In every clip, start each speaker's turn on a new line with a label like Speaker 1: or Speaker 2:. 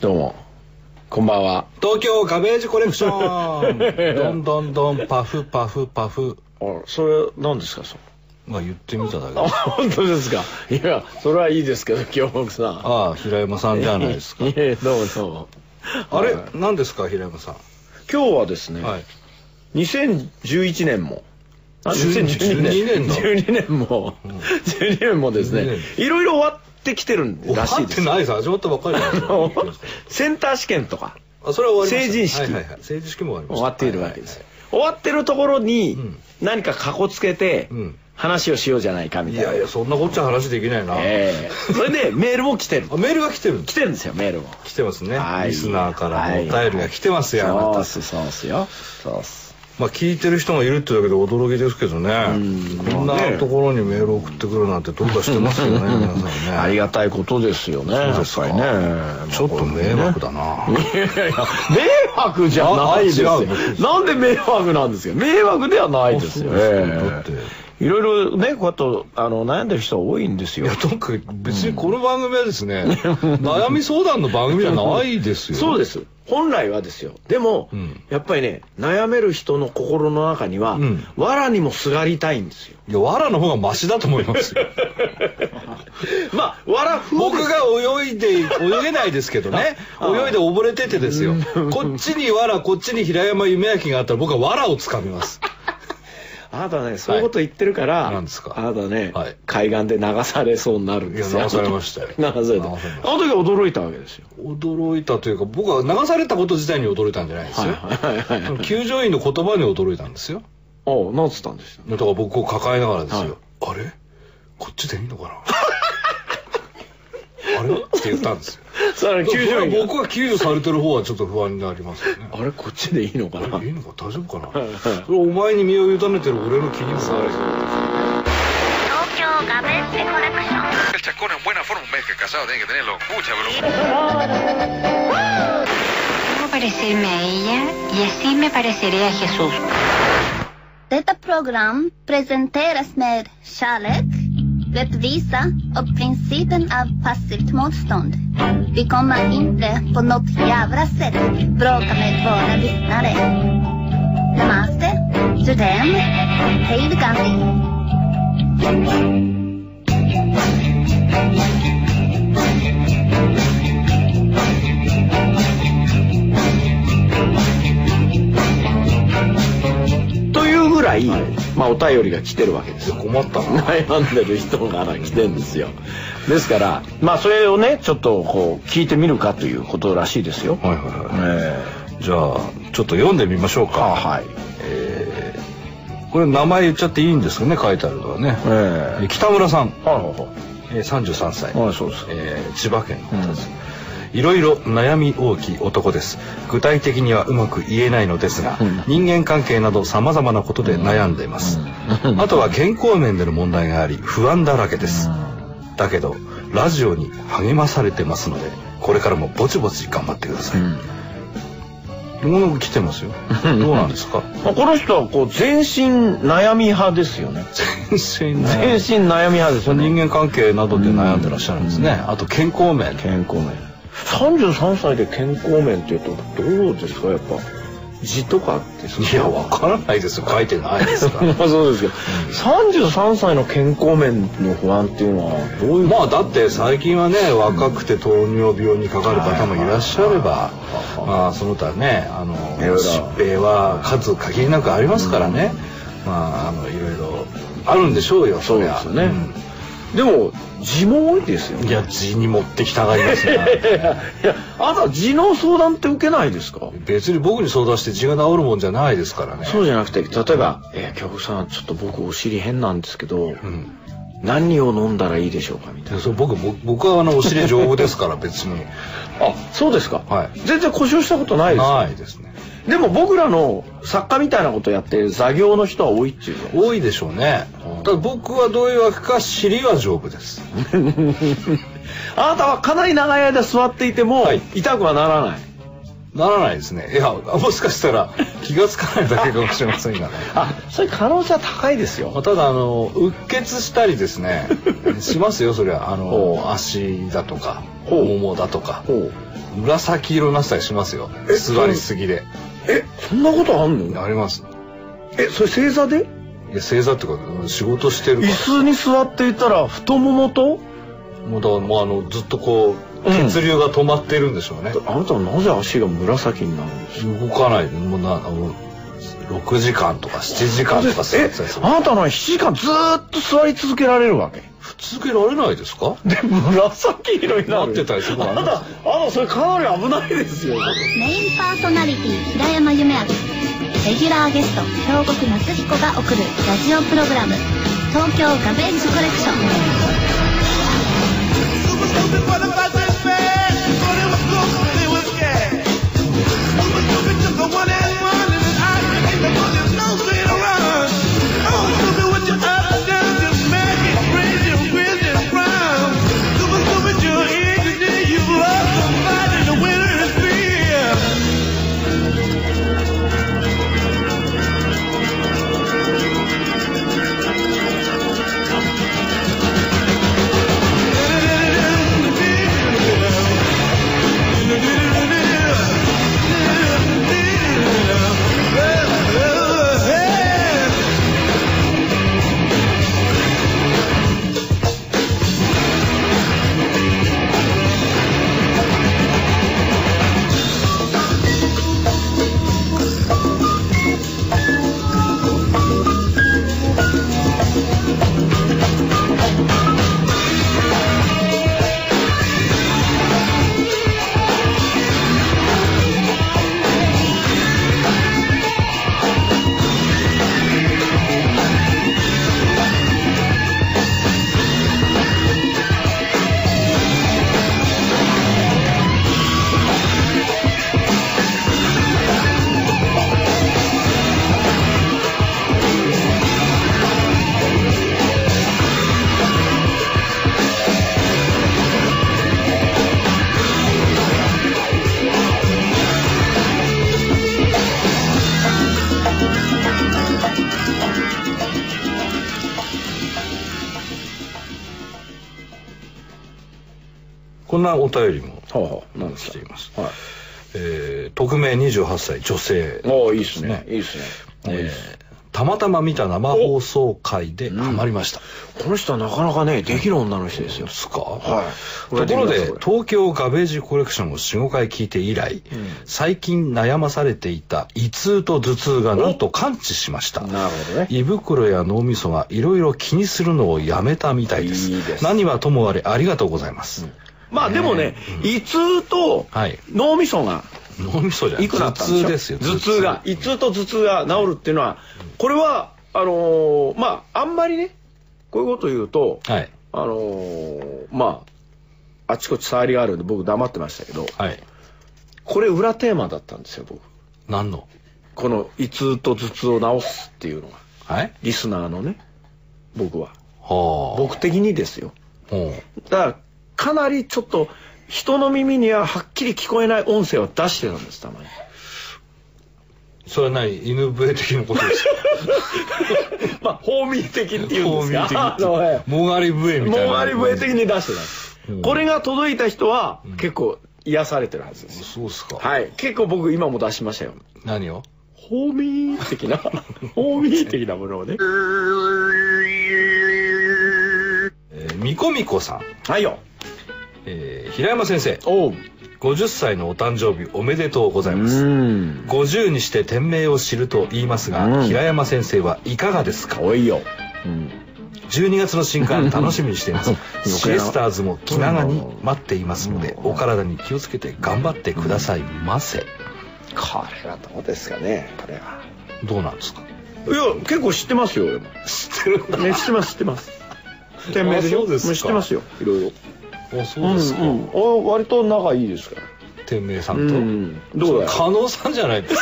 Speaker 1: どうも。こんばんは。
Speaker 2: 東京ガベージコレクシ ョンどんどんどんパフパフパフ
Speaker 1: あ、それ、何ですか、それ。
Speaker 2: まあ言ってみただ け
Speaker 1: あ、
Speaker 2: で
Speaker 1: 本当ですか。いや、それはいいですけど、清木さん。あ
Speaker 2: ああ平山さんじゃないですか
Speaker 1: いえ、どうもどうも。
Speaker 2: あれ
Speaker 1: はい
Speaker 2: 何ですか平山さん
Speaker 1: 今日はですね、
Speaker 2: はい
Speaker 1: 2011年も。あ
Speaker 2: 12
Speaker 1: 2012
Speaker 2: 年だ
Speaker 1: 12年も。12年もですね
Speaker 2: 12、
Speaker 1: いろいろ終わってきてる
Speaker 2: 終わ
Speaker 1: らしい
Speaker 2: っ
Speaker 1: で
Speaker 2: て
Speaker 1: す。
Speaker 2: ないです始まったばっかりじゃない ですかびっくりした
Speaker 1: センター試験とか
Speaker 2: あそれは終わり
Speaker 1: 成
Speaker 2: ました
Speaker 1: 人式
Speaker 2: はいはいはい成人式も終わりました
Speaker 1: 終わっているわけですよ。終わってるところに
Speaker 2: うん
Speaker 1: 何かかこつけて
Speaker 2: うん
Speaker 1: 話をしようじゃないかみ
Speaker 2: い
Speaker 1: たいな。
Speaker 2: やいやそんなこっちゃ話できないな
Speaker 1: ええそれでメールも来てる
Speaker 2: あメールが来てるんで
Speaker 1: 来
Speaker 2: す
Speaker 1: てるんですよメールも
Speaker 2: 来てますね
Speaker 1: はい
Speaker 2: リスナーからのお便りが来てますよあな
Speaker 1: そう
Speaker 2: た
Speaker 1: っすそうっすよそうっす
Speaker 2: まあ聞いてる人もいるってだけで驚きですけどね
Speaker 1: うん
Speaker 2: こんな
Speaker 1: まあね
Speaker 2: ところにメール送ってくるなんてどうかしてますよね皆さんね
Speaker 1: ありがたいことですよね
Speaker 2: そうですか
Speaker 1: やっぱりね
Speaker 2: ちょっと迷惑だな。
Speaker 1: いやいや迷惑じゃないです
Speaker 2: あ
Speaker 1: よ
Speaker 2: 違うの
Speaker 1: なんで迷惑なんですか迷惑ではないですよ
Speaker 2: あそうですかだって
Speaker 1: ええいろいろねこうやってあの悩んでる人多いんです
Speaker 2: い
Speaker 1: よ
Speaker 2: や、とにかく別にこの番組はですね、悩み相談の番組じゃないですよ。。
Speaker 1: そうですす本来はですよでも、
Speaker 2: うん
Speaker 1: やっぱりね悩める人の心の中には、
Speaker 2: うん
Speaker 1: わらにもすがりたいんで すよ
Speaker 2: いや、藁の方がマシだと思いま すよ。
Speaker 1: まあわら風
Speaker 2: 僕
Speaker 1: です
Speaker 2: が泳いで、泳げないですけどね、泳いで溺れててですよ。こっちに藁、こっちに平山夢明があったら僕は藁をつかみます。
Speaker 1: あなたねそういうこと言ってるから、
Speaker 2: いなんですか
Speaker 1: あなたね、
Speaker 2: はい
Speaker 1: 海岸で流されそうになるんですよ
Speaker 2: いや流されましたよ
Speaker 1: 流された
Speaker 2: 流されました
Speaker 1: あの時驚いたわけですよ
Speaker 2: 驚いたというか、僕は流されたこと自体に驚いたんじゃないですよ
Speaker 1: はいはいはいはい。
Speaker 2: その救助員の言葉に驚いたんですよ。
Speaker 1: おうなんつったんですよ
Speaker 2: だから僕を抱えながらですよ、あれこっちでいいのかな あれって言ったんですよ
Speaker 1: それ救助員が
Speaker 2: 僕は救助されてる方はちょっと不安になりますよね
Speaker 1: あれこっちでいいのかな
Speaker 2: あれいいのか大丈夫か
Speaker 1: はいはい
Speaker 2: なそれお前に身を委ねてる俺の気にさ
Speaker 3: 東京ガベッセコレクション
Speaker 4: El chacón en buena forma, un mes que casado tiene que tenerlo. Mucha broma.
Speaker 5: Debo parecerme a ella y así me pareceré a Jesús.
Speaker 6: Detta program presenteras med kärlek, rättvisa och principen av passivt motstånd. Vi kommer inte på något jävla sätt bråka med våra lyssnare. Namaste, Judem, Hej då, Gandhi.
Speaker 1: というぐらい、まあお便りが来てるわけですよ
Speaker 2: 困ったな
Speaker 1: 悩んでる人から来てんですよですからまあそれをねちょっとこう聞いてみるかということらしいですよ
Speaker 2: はいはいはい
Speaker 1: え
Speaker 2: じゃあちょっと読んでみましょう
Speaker 1: え
Speaker 2: か
Speaker 1: あはい
Speaker 2: えーこれ名前言っちゃっていいんですかね書いてあるのはね、
Speaker 1: ええ
Speaker 2: えー北村さん、
Speaker 1: はいはい
Speaker 2: えー、33歳、
Speaker 1: はいはいそうです
Speaker 2: えー千葉県の方です、いろいろ悩み大きい男です具体的にはうまく言えないのですが、
Speaker 1: うん
Speaker 2: 人間関係などさまざまなことで悩んでいます、
Speaker 1: うんうん
Speaker 2: あとは健康面での問題があり不安だらけです、だけどラジオに励まされてますのでこれからもぼちぼち頑張ってください、
Speaker 1: うん
Speaker 2: もう来てますよどうなんですか
Speaker 1: まあこの人はこう全身悩み派ですよね
Speaker 2: 全
Speaker 1: 全
Speaker 2: 身ね
Speaker 1: 身悩み派ですよね
Speaker 2: 人間関係などで悩んでらっしゃるんですね、あと健康面
Speaker 1: 健康面33歳で健康面っていうとどうですかやっぱ字とかですか
Speaker 2: いや、わからないですよ。書いてないですか ら。
Speaker 1: まあそうですけど、33歳の健康面の不安っていうのはどういう
Speaker 2: まあ、だって最近はね、若くて糖尿病にかかる方もいらっしゃれば、まあ、その他ね、あの、
Speaker 1: いろいろ
Speaker 2: 疾病は数限りなくありますからね。まあ、あの、いろいろあるんでしょうよ、
Speaker 1: そう
Speaker 2: り
Speaker 1: で
Speaker 2: ゃ
Speaker 1: すよね、でも字も多いですよ
Speaker 2: うんい
Speaker 1: ね
Speaker 2: や、字に持ってきたがります ね。
Speaker 1: いやいやあなた字の相談って受けないですか
Speaker 2: 別に僕に相談して字が治るもんじゃないですからね。
Speaker 1: そうじゃなくて例えば「えー、京子さんちょっと僕お尻変なんですけど
Speaker 2: うん。
Speaker 1: 何を飲んだらいいでしょうか?」みたい
Speaker 2: でそう僕、僕僕はあの、お尻丈夫ですから、別に。
Speaker 1: なあそうですか、
Speaker 2: はい
Speaker 1: 全然故障したことないですか
Speaker 2: ないですね。
Speaker 1: でも僕らの作家みたいなことやってる座業の人は多いっていう ね
Speaker 2: 多いでしょうね。ただ僕はどういうわけか尻は丈夫です。
Speaker 1: あなたはかなり長い間座っていても、
Speaker 2: はい
Speaker 1: 痛くはならない
Speaker 2: ならないですね。いや、もしかしたら気がつかないだけかもしれませんがね。
Speaker 1: あそれ可能性は高いです
Speaker 2: まあ
Speaker 1: よ
Speaker 2: ただあのうっ血したりです ねしますよそれはあ
Speaker 1: ほう
Speaker 2: の足だとか
Speaker 1: ほう
Speaker 2: ももだとか
Speaker 1: ほう
Speaker 2: 紫色になってたりしますよ
Speaker 1: え
Speaker 2: 座りすぎで
Speaker 1: え、そんなことあんの
Speaker 2: あります
Speaker 1: え、それ正座で
Speaker 2: いや正座っていうか仕事してる
Speaker 1: 椅
Speaker 2: か
Speaker 1: 子に座っていたら太ももと
Speaker 2: らもうだからもうあのずっとこう
Speaker 1: うん
Speaker 2: 血流が止まってるんでしょうね、
Speaker 1: あなたはなぜ足が紫になるんですか
Speaker 2: 動かないもうなあの6時間とか7時間とか座ってたりす
Speaker 1: え
Speaker 2: る
Speaker 1: あなたのは7時間ずーっと座り続けられるわけ
Speaker 2: 続けられないですか
Speaker 1: で紫色になる
Speaker 2: なってたりするの
Speaker 1: あなたあなたそれかなり危ないですよ
Speaker 6: メインパーソナリティ平山夢明レギュラーゲスト京極夏彦が送るラジオプログラム「東京ガベージコレクション」
Speaker 2: こんなお便りも
Speaker 1: はあはあなんです
Speaker 2: 来
Speaker 1: か
Speaker 2: ています、
Speaker 1: はい
Speaker 2: えー、匿名28歳女性
Speaker 1: おーいいですねいいですね
Speaker 2: えーたまたま見た生放送会でハマりました、
Speaker 1: この人はなかなかねできる女の人ですよ
Speaker 2: ですか、
Speaker 1: はい
Speaker 2: ところで
Speaker 1: これ
Speaker 2: 東京ガベージコレクションを45回聞いて以来、最近悩まされていた胃痛と頭痛がなんと完治しました
Speaker 1: なるほどね
Speaker 2: 胃袋や脳みそがいろいろ気にするのをやめたみたいです
Speaker 1: いいです
Speaker 2: 何はともあれありがとうございます、
Speaker 1: まあでもね胃痛と
Speaker 2: はい
Speaker 1: 脳みそが
Speaker 2: 脳みそじゃない
Speaker 1: いくらあ
Speaker 2: 頭
Speaker 1: ったんでし
Speaker 2: 痛
Speaker 1: ょ
Speaker 2: ですよ
Speaker 1: 頭痛が胃痛と頭痛が治るっていうのはこれはあのーまああんまりねこういうこと言うと
Speaker 2: はい
Speaker 1: あのーまああちこち触りがあるんで僕黙ってましたけど
Speaker 2: はい
Speaker 1: これ裏テーマだったんですよ僕
Speaker 2: 何の
Speaker 1: この胃痛と頭痛を治すっていうのが
Speaker 2: はい
Speaker 1: リスナーのね僕は
Speaker 2: はあ
Speaker 1: 僕的にですよ
Speaker 2: うん
Speaker 1: だからかなりちょっと人の耳にははっきり聞こえない音声を出してたんですたまに
Speaker 2: それは何犬笛的なこと ですか
Speaker 1: まあホーミー的っていうん ですかあ
Speaker 2: 方
Speaker 1: のええ
Speaker 2: もがり笛みたいな
Speaker 1: もうあり笛的に出してた、
Speaker 2: うん
Speaker 1: これが届いた人は結構癒されてるはずですよ、
Speaker 2: そうっすか、
Speaker 1: はい結構僕今も出しましたよ
Speaker 2: 何を
Speaker 1: ホーミー的なホーミー的なものをね
Speaker 2: えーみこみこさん、
Speaker 1: はいよ
Speaker 2: えー平山先生
Speaker 1: おう
Speaker 2: 50歳のお誕生日おめでとうございます
Speaker 1: ん
Speaker 2: 50にして店名を知ると言いますが、
Speaker 1: うん
Speaker 2: 平山先生はいかがですか
Speaker 1: おいよ、うん、
Speaker 2: 12月の 新刊楽しみにしています
Speaker 1: うん
Speaker 2: シエスターズも気長に待っていますのでお体に気をつけて頑張ってくださいませ
Speaker 1: これはどうですかねこれは
Speaker 2: どうなんで すか
Speaker 1: いや結構知ってますよ俺も
Speaker 2: 知ってるん
Speaker 1: ね、知ってます知って ます店名でしょ
Speaker 2: あそうですか
Speaker 1: も知ってますよいろいろ
Speaker 2: あそうですか、
Speaker 1: んうん、あ割と仲いいですから
Speaker 2: 店名さん
Speaker 1: う
Speaker 2: と、
Speaker 1: んどうだよ
Speaker 2: 加納さんじゃないですか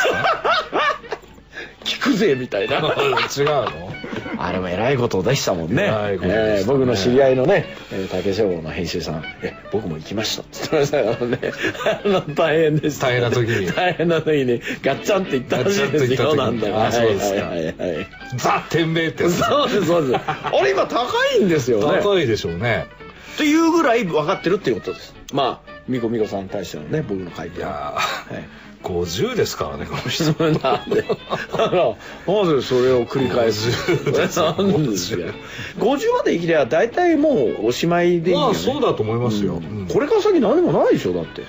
Speaker 1: 聞くぜみたい
Speaker 2: 違う
Speaker 1: な
Speaker 2: の
Speaker 1: あれも偉いことを出したもんね
Speaker 2: 偉いことで
Speaker 1: えー
Speaker 2: したね
Speaker 1: 僕の知り合いのねえー竹書房の編集さん「え僕も行きました」って言ってましたからね あの大変でした
Speaker 2: 大変な時 に
Speaker 1: 大変な時にガッチャンって言ったらしいですよな
Speaker 2: ガッチャン
Speaker 1: ん
Speaker 2: っ
Speaker 1: だよ
Speaker 2: て言った時にあそうですか
Speaker 1: はいはいはいはい
Speaker 2: ザ店名って
Speaker 1: そうですそうです あれ今高いんですよね
Speaker 2: 高いでしょうね
Speaker 1: というぐらい分かってるっていうことですまあみこみこさんに対してのね僕の回
Speaker 2: い
Speaker 1: 答
Speaker 2: やー、
Speaker 1: はい
Speaker 2: 50ですからねこの人
Speaker 1: それ なんであのなぜそれを繰り返す
Speaker 2: 50ですよ
Speaker 1: なんですよ50まで生きりゃ大体もうおしまいでいいよ、ね、
Speaker 2: まあそうだと思います
Speaker 1: う
Speaker 2: よ、
Speaker 1: ん
Speaker 2: うん
Speaker 1: これから先何もないでしょだって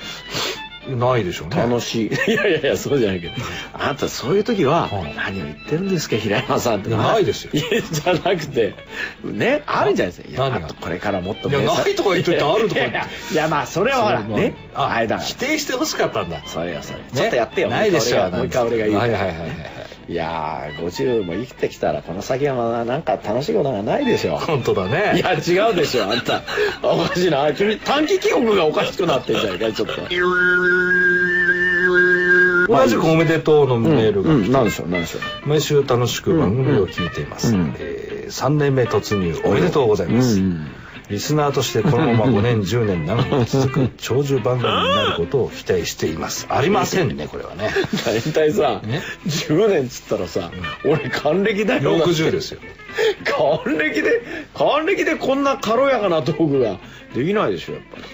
Speaker 2: ないでしょうね
Speaker 1: 楽し いいやいやいやそうじゃないけどあなたそういう時は
Speaker 2: はい
Speaker 1: 何を言ってるんですか平山さん」って
Speaker 2: いやないですよ
Speaker 1: いやじゃなくてねあるじゃないですかいや
Speaker 2: 何が
Speaker 1: あとこれからもっと
Speaker 2: いやないとか言っといてあるとか言って
Speaker 1: いやいやいやまあそれはほら
Speaker 2: そうまあ
Speaker 1: ね
Speaker 2: あ
Speaker 1: あれだから
Speaker 2: 否定してほしかったんだ
Speaker 1: それよそれちょっとやってよもう一回俺がもう一回俺が言う
Speaker 2: はいはいはいはいはい
Speaker 1: いやー50も生きてきたらこの先はまあなんか楽しいことがないでしょ
Speaker 2: 本当だね
Speaker 1: いや違うでしょあんたおかしいな君短期記憶がおかしくなってんじゃないかちょっと
Speaker 2: 同じくおめでとうのメールが来て、
Speaker 1: うん、なんでしょうなんでしょう
Speaker 2: 毎週楽しく番組を聞いています、
Speaker 1: うんうん
Speaker 2: え3年目突入おめでとうございます、
Speaker 1: うん
Speaker 2: リスナーとしてこのまま5年10年長く続く長寿番組になることを期待していますありませんねこれは ね
Speaker 1: 大体さ、
Speaker 2: ね
Speaker 1: 10年っつったらさ、俺還暦だよ
Speaker 2: 60ですよ
Speaker 1: 還暦で還暦でこんな軽やかなトークができないでしょやっぱり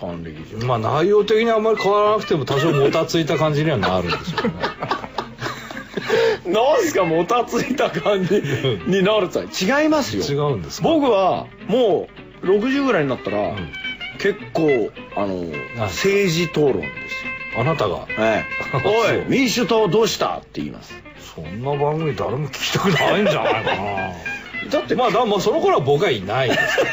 Speaker 1: 還暦じゃ
Speaker 2: まあ内容的にあんまり変わらなくても多少もたついた感じにはなるんですよ ね
Speaker 1: なんすかもたついた感じになるさ違いますよ
Speaker 2: 違うんですか
Speaker 1: 僕はもう60ぐらいになったら、
Speaker 2: うん
Speaker 1: 結構あの
Speaker 2: か
Speaker 1: 政治討論ですよ
Speaker 2: あなたが
Speaker 1: はい
Speaker 2: そ
Speaker 1: お
Speaker 2: う
Speaker 1: い民主党どうしたって言います
Speaker 2: そんな番組誰も聞きたくないんじゃないか な
Speaker 1: だって
Speaker 2: まあだもうその頃は僕はいない ですよ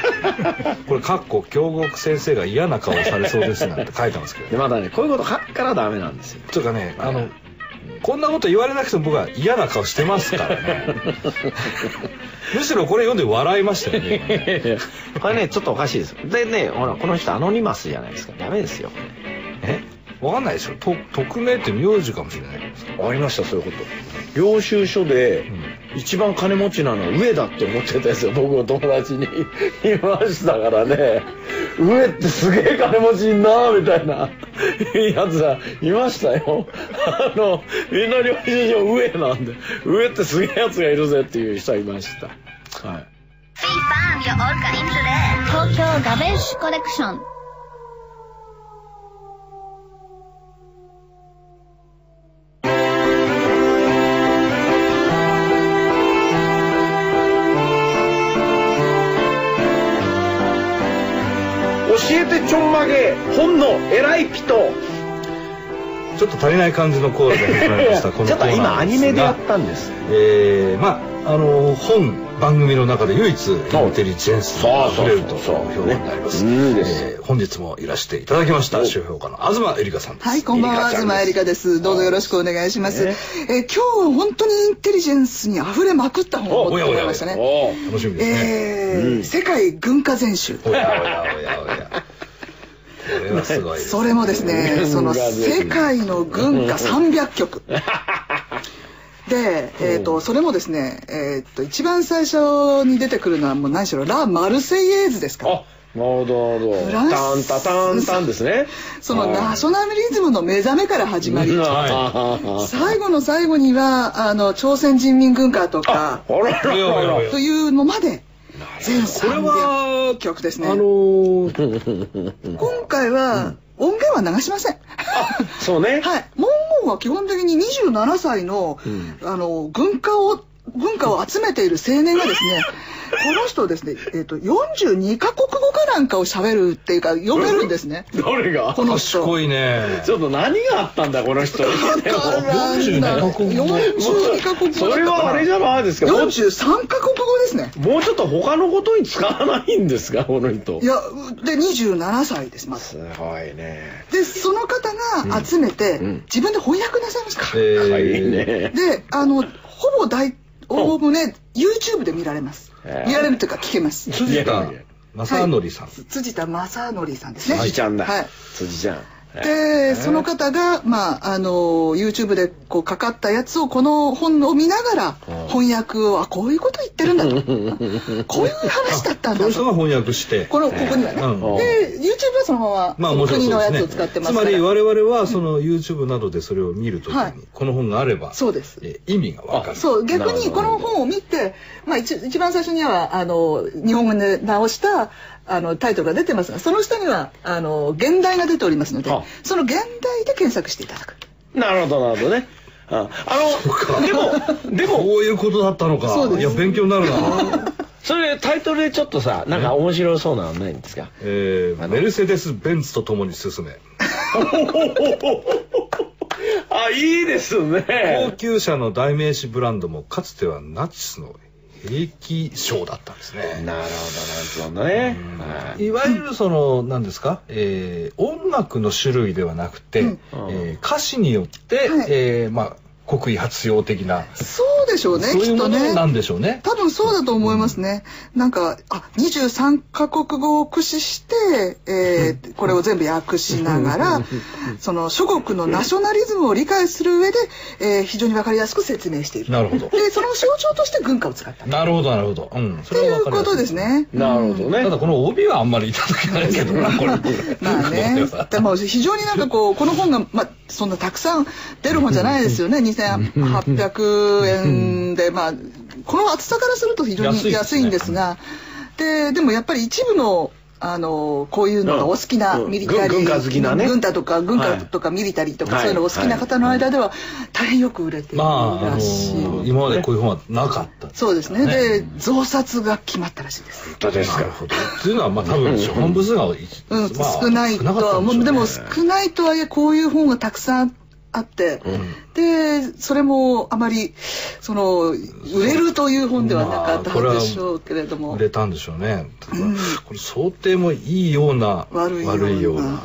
Speaker 2: これかっこ京極先生が嫌な顔されそうですなんて書いてますけど
Speaker 1: でまだねこういうこと書くからダメなんですよ
Speaker 2: というかねあのこんなこと言われなくても僕は嫌な顔してますからね むしろこれ読んで笑いましたよね
Speaker 1: これねちょっとおかしいですでねほらこの人アノニマスじゃないですかダメですよ
Speaker 2: えわかんないでしょと匿名って名字かもしれないじゃないですか
Speaker 1: ありましたそういうこと領収書で一番金持ちなのは上だって思ってたやつよ僕の友達に いましたからね上ってすげえ金持ちになみたいなやつがいましたよあのみんな領収書上なんで上ってすげえやつがいるぜっていう人はいましたはい
Speaker 3: Fy fan, jag orkar inte det.
Speaker 6: Tokyo Garbage Collection.
Speaker 1: 教えてちょんまげ本の偉い人
Speaker 2: ちょっと足りない感じのコールが始まりましたこ の
Speaker 1: ちょっと今アニメでやった
Speaker 2: ん
Speaker 1: んです
Speaker 2: えー、まああの本番組の中で唯一インテリジェンスに触れると
Speaker 1: そうそうそう
Speaker 2: 評価になります
Speaker 1: ねうんです
Speaker 2: えー本日もいらしていただきました
Speaker 1: お
Speaker 2: 主評価の東えりかさんです
Speaker 7: はい、こんばんは、
Speaker 1: エリカちゃんです
Speaker 7: 東エリカです。どうぞよろしくお願いします。
Speaker 1: ね
Speaker 7: えー今日は本当にインテリジェンスに溢れまくった本を持ってまいりましたね。
Speaker 1: おう
Speaker 2: 楽しみですね、
Speaker 7: え
Speaker 1: うん
Speaker 7: ー、世界文化全集。
Speaker 2: おやおやおやおやこれはすごいです
Speaker 7: それもです
Speaker 1: 文化
Speaker 7: ね、
Speaker 1: 全集
Speaker 7: その世界の軍歌300曲。で、えっ、と、それもですね、えっ、と、一番最初に出てくるのはもう何しろ、ラ・マルセイエーズですから。
Speaker 1: あなるほどなるほど
Speaker 7: フ
Speaker 1: タ
Speaker 7: ラン
Speaker 1: ン
Speaker 7: ス
Speaker 1: タタンタンですね
Speaker 7: そのナショナリズムの目覚めから始まり、
Speaker 1: はい
Speaker 7: 最後の最後には、あの、朝鮮人民軍歌とか、
Speaker 1: あらららら
Speaker 7: というのまで全
Speaker 2: これは
Speaker 7: 300曲ですね
Speaker 2: あのー
Speaker 7: 今回は音源は流しません
Speaker 1: そうね
Speaker 7: はい文言は基本的に27歳の,、
Speaker 1: ん
Speaker 7: あの軍歌を文化を集めている青年がですねこの人ですね、えっと42カ国語かなんかを喋るっていうか読めるんですね
Speaker 1: どれが
Speaker 7: この人
Speaker 2: 賢いね
Speaker 1: ちょっと何があったんだこの人
Speaker 7: だから
Speaker 2: 42カ国語
Speaker 7: 42カ国語
Speaker 1: それはあれじゃないですかもう
Speaker 7: 43カ国語ですね
Speaker 1: もうちょっと他のことに使わないんですかこの人
Speaker 7: いやで27歳ですまず
Speaker 1: すごいね
Speaker 7: でその方が集めて、
Speaker 1: うん
Speaker 7: 自分で翻訳なさいました、
Speaker 2: え
Speaker 1: か
Speaker 2: ー
Speaker 1: わいいね
Speaker 7: であのほぼ大おおむね YouTube で見られます
Speaker 1: えー
Speaker 7: 見られるというか聞けます
Speaker 2: 辻
Speaker 1: いや
Speaker 2: 田
Speaker 1: いや
Speaker 2: 正則さん、
Speaker 7: 辻田正則さんですね
Speaker 1: 辻ちゃんだ
Speaker 7: はい
Speaker 1: 辻ちゃん
Speaker 7: でその方が、まあ、あの YouTube でこうかかったやつをこの本を見ながら翻訳をあこういうこと言ってるん だとこういう話だったん
Speaker 2: こ
Speaker 7: だ
Speaker 2: の人
Speaker 7: と
Speaker 2: が翻訳して
Speaker 7: このここにはね、
Speaker 2: うん
Speaker 7: で YouTube はそのまま,、
Speaker 2: まあもちろん
Speaker 7: 国
Speaker 2: そう
Speaker 7: の
Speaker 2: です
Speaker 7: や
Speaker 2: ね
Speaker 7: つを使ってます
Speaker 2: つ
Speaker 7: か
Speaker 2: ま
Speaker 7: ら
Speaker 2: り我々はその YouTube などでそれを見るとき
Speaker 7: はい
Speaker 2: にこの本があれば
Speaker 7: そうです
Speaker 2: えー意味がわかる
Speaker 7: そう逆
Speaker 1: なる
Speaker 7: に
Speaker 1: ほど
Speaker 7: この本を見て、まあ、一一番最初にはあの日本語で直したあのタイトルが出てますがその下にはあの現代が出ておりますので
Speaker 1: あ
Speaker 7: その現代で検索していただく
Speaker 1: なるほど、なるほどね。ああの、でも、でも、
Speaker 2: こういうことだったのか
Speaker 7: そうです
Speaker 2: いや勉強になるな
Speaker 1: それタイトルでちょっとさ、なんか面白そうなのないんですか
Speaker 2: えー、メルセデス・ベンツと共に進め
Speaker 1: あ、いいです
Speaker 2: 高
Speaker 1: ね。
Speaker 2: 級車の代名詞ブランドもかつてはナチスの兵器商だったんですね
Speaker 1: なるほど、なるほどね。はい
Speaker 2: いわゆるその何ですか、えー音楽の種類ではなくて、
Speaker 7: うん
Speaker 2: えー歌詞によって、
Speaker 7: はい
Speaker 2: えーまあ国威発揚的な、
Speaker 7: そうでしょうね
Speaker 2: そうい
Speaker 7: き
Speaker 2: う
Speaker 7: っ
Speaker 2: も
Speaker 7: と
Speaker 2: の
Speaker 7: ね
Speaker 2: なんでしょうね。
Speaker 7: 多分そうだと思いますね。なんか、あ、23カ国語を駆使して、えーこれを全部訳しながら、その諸国のナショナリズムを理解する上で、えー非常にわかりやすく説明している。
Speaker 2: なるほど。
Speaker 7: で、その象徴として軍歌を使った。っ
Speaker 2: なるほどなるほど。うん。そ
Speaker 7: ていうことです
Speaker 2: ね。
Speaker 7: ね。
Speaker 1: なるほどね。
Speaker 2: ただこの帯はあんまりいただけないけど なこれ。
Speaker 7: まあね
Speaker 2: これは、
Speaker 7: でも非常になんかこう、この本が、まあ、そんなたくさん出る本じゃないですよね、2800 円で、まあ、この厚さからすると非常に安いんですが、ででもやっぱり一部の、あのこういうのがお好きな
Speaker 1: うん
Speaker 7: ミリタリー、
Speaker 1: 軍軍歌好きなね
Speaker 7: 軍歌とか軍
Speaker 1: は
Speaker 7: 歌
Speaker 1: い
Speaker 7: とかミリタリーとか、
Speaker 1: はい
Speaker 7: そういうのお好きな方の間では大変よく売れてる
Speaker 2: まああの
Speaker 7: らしい、
Speaker 2: ー今までこういう本はなかった。
Speaker 7: そうですねで増刷が決まったらしいです
Speaker 1: 本当です
Speaker 2: なる
Speaker 1: か。
Speaker 2: ほど。っていうのはまあ多分本部数が一
Speaker 7: うん、
Speaker 2: まあ
Speaker 7: 少ないと
Speaker 2: かった
Speaker 7: は
Speaker 2: ん
Speaker 7: 思
Speaker 2: しょ
Speaker 7: う
Speaker 2: ね
Speaker 7: でも少ないとはいえこういう本がたくさんあって、でそれもあまりその売れるという本ではなかった
Speaker 2: まあ
Speaker 7: でしょうけれども、
Speaker 2: 売れたんでしょうね。これ想定もいいような
Speaker 7: 悪い
Speaker 2: よ
Speaker 7: よ
Speaker 2: う
Speaker 7: う
Speaker 2: な
Speaker 7: な。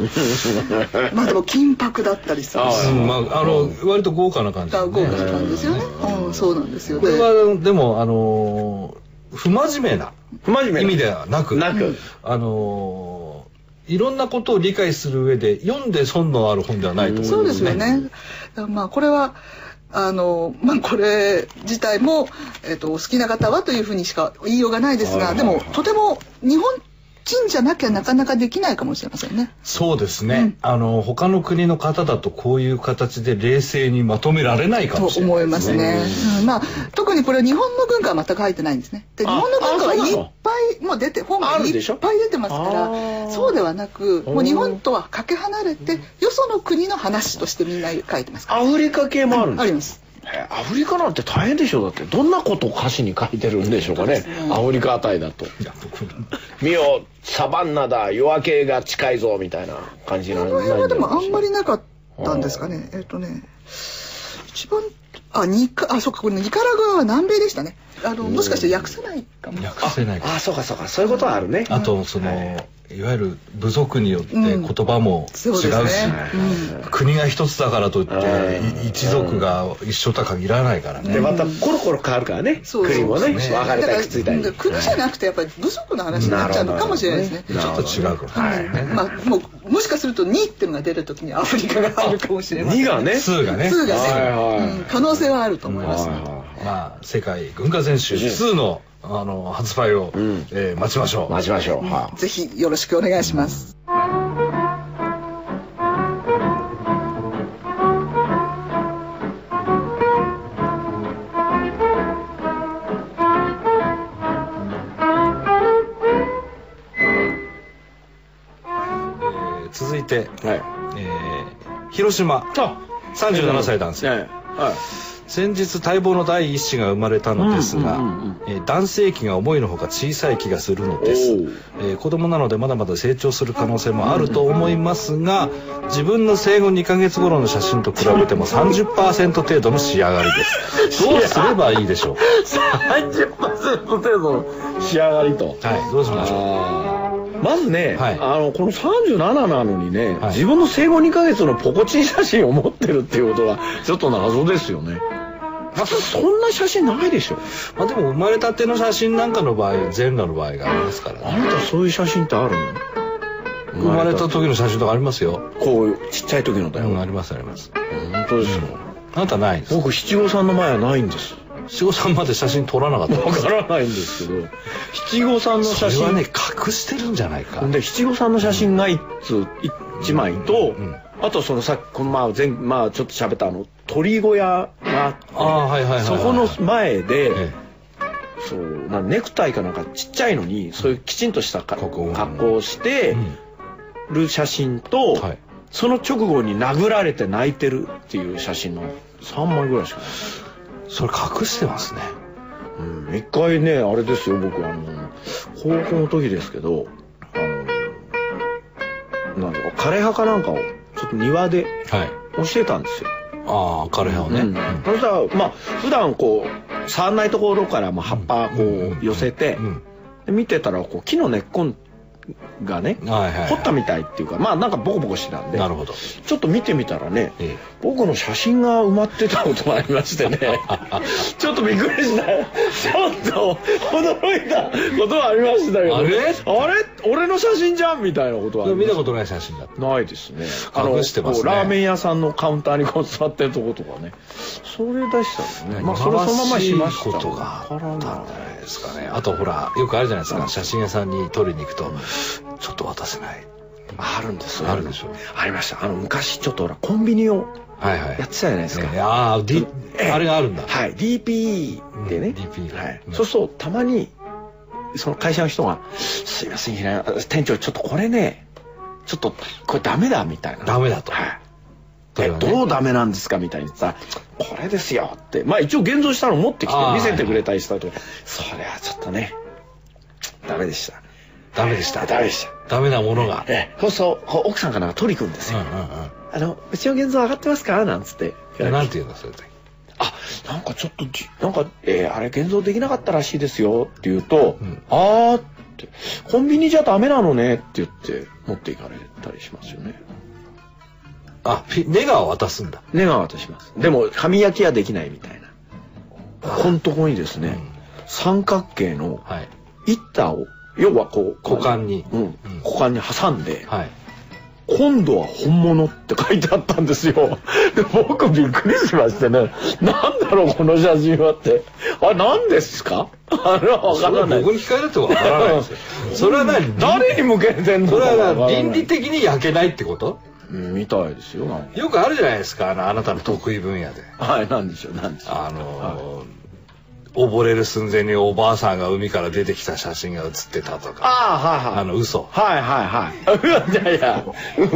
Speaker 7: まあでも金箔だったりする
Speaker 1: あ
Speaker 7: し
Speaker 2: うんまああの割と豪華な感じ、ね。
Speaker 7: が豪華な感じですよね、うん、そうなんですよ
Speaker 2: こ
Speaker 7: ね
Speaker 2: れはでもあのー不真面目な
Speaker 1: 不真面目
Speaker 2: 意味ではなく、
Speaker 1: なく。
Speaker 2: あのーいろんなことを理解する上で読んで損のある本ではないと思います、
Speaker 7: そうですよね。だからまあこれはあのまあこれ自体もえっ、とお好きな方はというふうにしか言いようがないですが、でもとても日本人じゃなきゃなかなかできないかもしれませんね。
Speaker 2: そうですね。あの他の国の方だとこういう形で冷静にまとめられないか
Speaker 7: と
Speaker 2: もしれない。
Speaker 7: 思いますね。うんまあ特にこれは日本の文化は全く入ってないんですね。で日
Speaker 1: あ
Speaker 7: 本の文化は
Speaker 1: あ
Speaker 7: い
Speaker 1: そうなの
Speaker 7: っぱいもう出て本が
Speaker 1: あ
Speaker 7: い
Speaker 1: るでしょ
Speaker 7: っぱい出てますか
Speaker 1: あ
Speaker 7: ら、
Speaker 1: ー
Speaker 7: そうではなくもう日
Speaker 1: おー
Speaker 7: 本とはかけ離れてよその国の話としてみんな書いてますから。
Speaker 1: アフリカ系もあるん
Speaker 7: あ
Speaker 1: で
Speaker 7: り
Speaker 1: す
Speaker 7: ます。
Speaker 1: えアフリカなんて大変でしょうだってどんなことを歌詞に書いてるんでしょうかねアフリカあたりだと
Speaker 2: いや僕
Speaker 1: 「見よサバンナだ夜明けが近いぞ」みたいな感じの
Speaker 7: この辺はでもあんま
Speaker 1: り
Speaker 7: りなかったんですかね。えっ、とね、一番、あ、ニカ、あ、そうか、これニカラグアは南米でしたね。あの、もしかして訳せないかも。
Speaker 2: 訳せないか
Speaker 1: あそうかそうかそういうことはあるね
Speaker 2: ら。あとその、い、わゆる部族によって言葉も違
Speaker 7: そうう
Speaker 2: し、
Speaker 7: ですね。
Speaker 2: 国が一つだからといってい一族が一緒とは限らないからね。
Speaker 1: でまたコロコロ変わるからね
Speaker 7: そうそう
Speaker 1: 国もね分
Speaker 2: そうね
Speaker 1: かれたりくっついたり
Speaker 7: だから国じゃなくてやっぱり部族の話になっちゃうのかもしれないですね。
Speaker 2: ちょっと違うかもしれないね。
Speaker 7: まあ、もう、もしかすると2っていうのが出るときにアフリカが入るかもしれない。
Speaker 1: 2がね
Speaker 2: 数がね。
Speaker 7: 2がね、
Speaker 1: はいはい
Speaker 7: うん可能性はあると思いますね。
Speaker 1: は
Speaker 2: まあ、世界文化全集2のあの発売を、
Speaker 1: ん
Speaker 2: えー待ちましょ。
Speaker 1: いう待ちましょうは
Speaker 7: ぜひよろしくお願いします。
Speaker 2: えー続いて、
Speaker 1: いはい
Speaker 2: えー広島
Speaker 1: あ
Speaker 2: 37歳男性、
Speaker 1: はいはい
Speaker 2: 先日待望の第一子が生まれたのですが、
Speaker 1: うんうんうん
Speaker 2: えー男性器が思いのほか小さい気がするのです
Speaker 1: おう、
Speaker 2: えー子供なのでまだまだ成長する可能性もあると思いますが自分の生後2ヶ月頃の写真と比べても30%程度の仕上がり ですどうすればいいでしょう
Speaker 1: 30%程度の仕上がりと
Speaker 2: はいどうしましょう
Speaker 1: あーまずね、
Speaker 2: はい
Speaker 1: あのこの37なのにね、
Speaker 2: はい
Speaker 1: 自分の生後2ヶ月のポコチン写真を持ってるっていうことがちょっと謎ですよね普通そんな写真ないでしょ
Speaker 2: まあ、でも生まれたての写真なんかの場合全裸の場合がありますから
Speaker 1: あ
Speaker 2: ね
Speaker 1: なたそういう写真ってあるの
Speaker 2: 生まれた時の写真とかありますよ、
Speaker 1: こういうちっちゃい時のだよ、
Speaker 2: うん、ありますあります
Speaker 1: 本当ですよ、
Speaker 2: あなたないです
Speaker 1: 僕七五三の前はないんです
Speaker 2: 七五三まで写真撮らなか った
Speaker 1: わからないんですけど七五三の
Speaker 2: そ
Speaker 1: 写
Speaker 2: れは
Speaker 1: 真
Speaker 2: ね隠してるんじゃないか
Speaker 1: で七五三の写真が一通一枚と、
Speaker 2: うん
Speaker 1: あとそのさっきこのまあ前まあちょっと喋ったあの鳥小屋があって
Speaker 2: ああはいはいはいはい
Speaker 1: そこの前で、
Speaker 2: え
Speaker 1: そうなネクタイかなんかちっちゃいのにそういうきちんとしたか
Speaker 2: ここ
Speaker 1: 格好をしてる写真と、
Speaker 2: はい
Speaker 1: その直後に殴られて泣いてるっていう写真の3枚ぐらいしかない
Speaker 2: それ隠してますね
Speaker 1: うん一回ねあれですよ僕あの高校の時ですけどあのなんだろう枯葉かなんかをちょっと庭で
Speaker 2: はい
Speaker 1: 教えたんですよ、
Speaker 2: ああ彼らをね、
Speaker 1: うんそしたらまあ普段こう触んないところからまあ葉っぱこう寄せて、
Speaker 2: うん
Speaker 1: で見てたらこう木の根っこがね、
Speaker 2: はいはいはい
Speaker 1: 掘ったみたいっていうかまあなんかボコボコしてたんで
Speaker 2: なるほど
Speaker 1: ちょっと見てみたらね、
Speaker 2: ええ
Speaker 1: 僕の写真が埋まってたことがありまして ねちょっとびっくりしたちょっと驚いたことはありましたけど
Speaker 2: あれ
Speaker 1: あれ俺の写真じゃんみたいなことはあ
Speaker 2: でも
Speaker 1: りました
Speaker 2: 見たことない写真だった
Speaker 1: ないですね
Speaker 2: 隠してますね
Speaker 1: あのこうラーメン屋さんのカウンターにこう座ってるとことかねそれ出したのねまあそれそのまましました
Speaker 2: こ
Speaker 1: ね
Speaker 2: とがあったんじゃないですかねあとほらよくあるじゃないですか写真屋さんに撮りに行くとちょっと渡せない
Speaker 1: あるんです
Speaker 2: あるでしょ
Speaker 1: ありましたあの昔ちょっとほらコンビニを
Speaker 2: はいはい
Speaker 1: やってたじゃないですか、
Speaker 2: ねああ、D
Speaker 1: ええ
Speaker 2: あれがあるんだ
Speaker 1: はい、DP でね、
Speaker 2: うん DP
Speaker 1: はい
Speaker 2: うん
Speaker 1: そうするとたまにその会社の人が「すいません平山店長ちょっとこれねちょっとこれダメだ」みたいな
Speaker 2: ダメだと
Speaker 1: はい
Speaker 2: それ
Speaker 1: え
Speaker 2: はね
Speaker 1: どうダメなんですかみたいに言ったら「これですよ」ってまあ一応現像したの持ってきて
Speaker 2: あー
Speaker 1: 見せてくれたりしたとそれはちょっとねダメでした
Speaker 2: ダメでした
Speaker 1: ダメでした
Speaker 2: ダメなものが
Speaker 1: ええそうするとこう奥さんかなんか取り組んです
Speaker 2: うん
Speaker 1: よ
Speaker 2: う
Speaker 1: 「
Speaker 2: ん
Speaker 1: あのうちの現像上がってますか?」なんつって
Speaker 2: うんなんて言うんだそういう時
Speaker 1: あ、なんかちょっとじ、なんか、えーあれ現像できなかったらしいですよって言うと、
Speaker 2: うん
Speaker 1: あーって、コンビニじゃダメなのねって言って持っていかれたりしますよね。
Speaker 2: あフィネガを渡すんだ
Speaker 1: 願わとします。でも、紙焼きはできないみたいな。ここのとこにですね、
Speaker 2: うん
Speaker 1: 三角形の
Speaker 2: はい
Speaker 1: 板を、要はこう、
Speaker 2: 股間に
Speaker 1: うん
Speaker 2: うん
Speaker 1: 股間に挟んで、
Speaker 2: はい
Speaker 1: 今度は本物って書いてあったんですよ。で、僕びっくりしましてね。なんだろう、この写真はって。あ、何ですかあれはわ
Speaker 2: そ
Speaker 1: か
Speaker 2: れ
Speaker 1: ら
Speaker 2: は
Speaker 1: ない
Speaker 2: 僕。に聞かれるとわからないですよ それは何
Speaker 1: 誰に向けてんの
Speaker 2: それ
Speaker 1: かわから
Speaker 2: は
Speaker 1: ない
Speaker 2: 倫理的に焼けないってこと
Speaker 1: うんみたいですよ。なんか
Speaker 2: よくあるじゃないですかあのあなたの得意分野で
Speaker 1: はい、なんでしょう、なんでしょう。
Speaker 2: あのー溺れる寸前におばあさんが海から出てきた写真が写ってたとか
Speaker 1: ああ、はいはい。
Speaker 2: あの嘘
Speaker 1: はいはいはい。いやいや、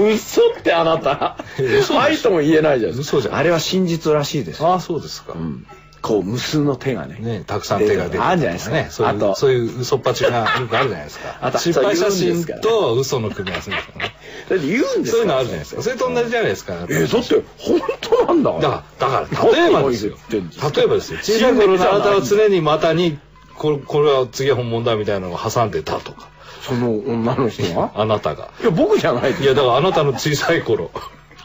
Speaker 1: 嘘ってあなた。はいとも言えないじゃん。
Speaker 2: 嘘じゃん
Speaker 1: あれは真実らしいですよ。
Speaker 2: ああそうですか、
Speaker 1: うん。こう、無数の手がね。
Speaker 2: ねたくさん手が出て
Speaker 1: あるじゃないですか
Speaker 2: ねそうい
Speaker 1: あ
Speaker 2: う
Speaker 1: と
Speaker 2: そういう嘘っぱちがよくあるじゃないです
Speaker 1: あと
Speaker 2: か失敗写真
Speaker 1: そう言うんですから
Speaker 2: と嘘の組み合わせみたいなね
Speaker 1: だって言うんです
Speaker 2: そういうのあるじゃな
Speaker 1: で
Speaker 2: いですす
Speaker 1: か
Speaker 2: かそれと同じじゃないですか
Speaker 1: えー、だって本当なんだか
Speaker 2: だ
Speaker 1: ら
Speaker 2: からだから例えばですよ
Speaker 1: 何を言ってんですか
Speaker 2: 例えばですよ小さい頃のあなたは常に股にこれこれは次は本物だみたいなのを挟んでたとか
Speaker 1: その女の人 が
Speaker 2: あなたが
Speaker 1: いや僕じゃない
Speaker 2: いやだからあなたの小さい頃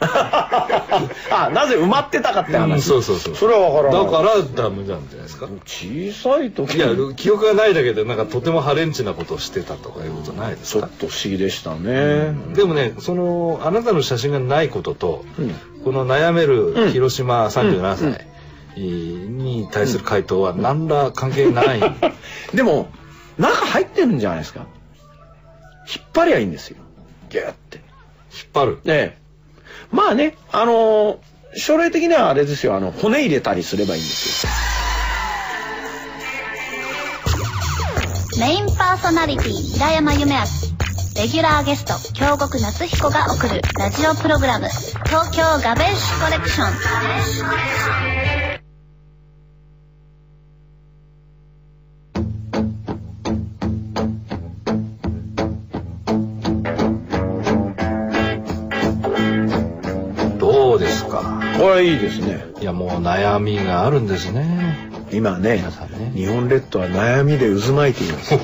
Speaker 1: あなぜ埋まってたかって
Speaker 2: うん
Speaker 1: 話
Speaker 2: そうそうそう
Speaker 1: それは分からない
Speaker 2: だからダメなんじゃないですか
Speaker 1: 小さい時
Speaker 2: いや記憶がないだけでなんかとてもハレンチなことをしてたとかいうことないです
Speaker 1: ちょ
Speaker 2: か
Speaker 1: っと不思議でしたね
Speaker 2: でもねそのあなたの写真がないことと、
Speaker 1: うん
Speaker 2: この悩める広島37歳に対する回答は何ら関係ない
Speaker 1: でも中入ってるんじゃないですか引っ張りゃいいんですよギューって
Speaker 2: 引っ張る
Speaker 1: ええまあねあのー将来的にはあれですよあの骨入れたりすればいいんですよ
Speaker 6: メインパーソナリティ平山夢明レギュラーゲスト京極夏彦が送るラジオプログラム「東京ガベッシュコレクション」
Speaker 2: どうですか
Speaker 1: これいいですね
Speaker 2: いやもう悩みがあるんですね
Speaker 1: 今ね
Speaker 2: 皆さんね
Speaker 1: 日本列島は悩みで渦巻いています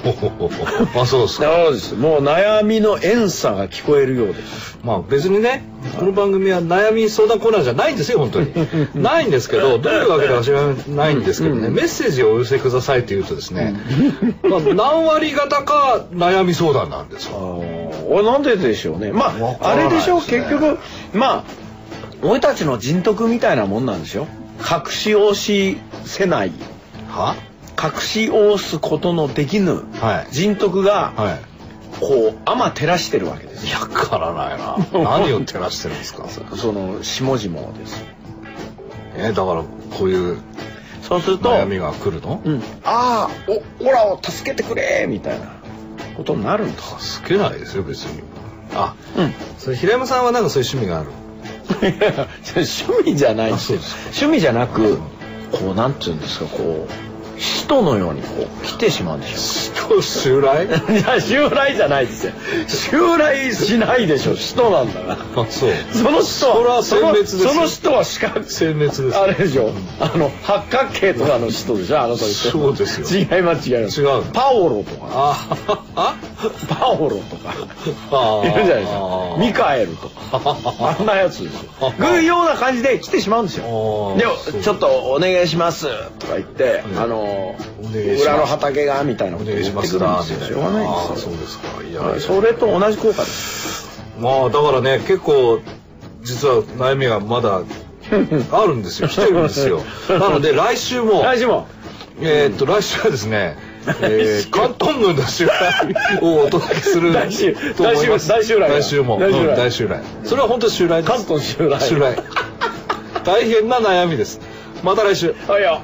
Speaker 2: あそうですか
Speaker 1: そうです。もう悩みの遠さが聞こえるようです。
Speaker 2: まあ別にねこの番組は悩み相談コーナーじゃないんですよ本 当にないんですけどどういうわけか知らないんですけどねメッセージをお寄せくださいというとですね、まあ、何割方か悩み相談なんですよ
Speaker 1: ああ、なんででしょうね。ま
Speaker 2: わ
Speaker 1: あ、
Speaker 2: か
Speaker 1: あ
Speaker 2: らな
Speaker 1: れ
Speaker 2: い
Speaker 1: でしょう、
Speaker 2: ですね
Speaker 1: 結局、まあ、俺たちの人徳みたいなもんなんですよ。隠し押しせない、
Speaker 2: は
Speaker 1: 隠し押すことのできぬ
Speaker 2: はい
Speaker 1: 人徳が、
Speaker 2: はい
Speaker 1: こう、天照らしてるわけです
Speaker 2: い
Speaker 1: よ。
Speaker 2: やからない な何を照らしてるんですかそれ
Speaker 1: その、下々です。
Speaker 2: えだからこういう
Speaker 1: そうすると、
Speaker 2: 悩みが来るの
Speaker 1: うん、ああおオラを助けてくれみたいなことになるんです
Speaker 2: 助けないですよ別にあ
Speaker 1: うん
Speaker 2: それ平山さんはなんかそういう趣味がある
Speaker 1: いや 趣味じゃない
Speaker 2: あ
Speaker 1: し
Speaker 2: そうですか
Speaker 1: 趣味じゃなくこうなんていうんですかこう使徒のようにこう来てしまうんでし
Speaker 2: 人襲 来
Speaker 1: ょ いや襲来じゃないですよ襲来しないでしょ使徒なんだから
Speaker 2: あそう
Speaker 1: その人
Speaker 2: それ
Speaker 1: は
Speaker 2: は
Speaker 1: の
Speaker 2: 殲滅ですよ
Speaker 1: その人は四角
Speaker 2: 殲滅です
Speaker 1: あれでしょあの八角形とかの人でしょあの人って
Speaker 2: そうですよ
Speaker 1: 違います違います
Speaker 2: 違う
Speaker 1: パオロとか
Speaker 2: ああ
Speaker 1: パオロとか
Speaker 2: あ
Speaker 1: いるじゃないですかミカエルとか あんなやつですよ。ぐるような感じで来てしまうんですよ。
Speaker 2: あー
Speaker 1: で
Speaker 2: そう、
Speaker 1: ちょっとお願いしますとか言って、
Speaker 2: うん
Speaker 1: あの
Speaker 2: お願いします
Speaker 1: 裏の畑がみたいな
Speaker 2: お
Speaker 1: こと
Speaker 2: 願
Speaker 1: 言
Speaker 2: い
Speaker 1: って
Speaker 2: し
Speaker 1: くるん
Speaker 2: ま
Speaker 1: です
Speaker 2: す
Speaker 1: よ。
Speaker 2: な
Speaker 1: しょうがな
Speaker 2: みたいな
Speaker 1: い
Speaker 2: あ
Speaker 1: ん
Speaker 2: ー
Speaker 1: です
Speaker 2: そ
Speaker 1: よ
Speaker 2: うですかいやいや
Speaker 1: それと同じ効果です。
Speaker 2: まあだからね結構実は悩みが まだあるんですよ来てるんですよなので来週も
Speaker 1: 大丈夫。
Speaker 2: えーっと来週はですねえ
Speaker 1: 来週
Speaker 2: ー、関東軍の襲来をお届けする
Speaker 1: 来週
Speaker 2: と思います
Speaker 1: 来週来襲来が
Speaker 2: 来週も
Speaker 1: 来襲来
Speaker 2: うん来襲来それは本当に襲来です
Speaker 1: 関東襲来。
Speaker 2: 襲来大変な悩みですまた来週
Speaker 1: はいよ。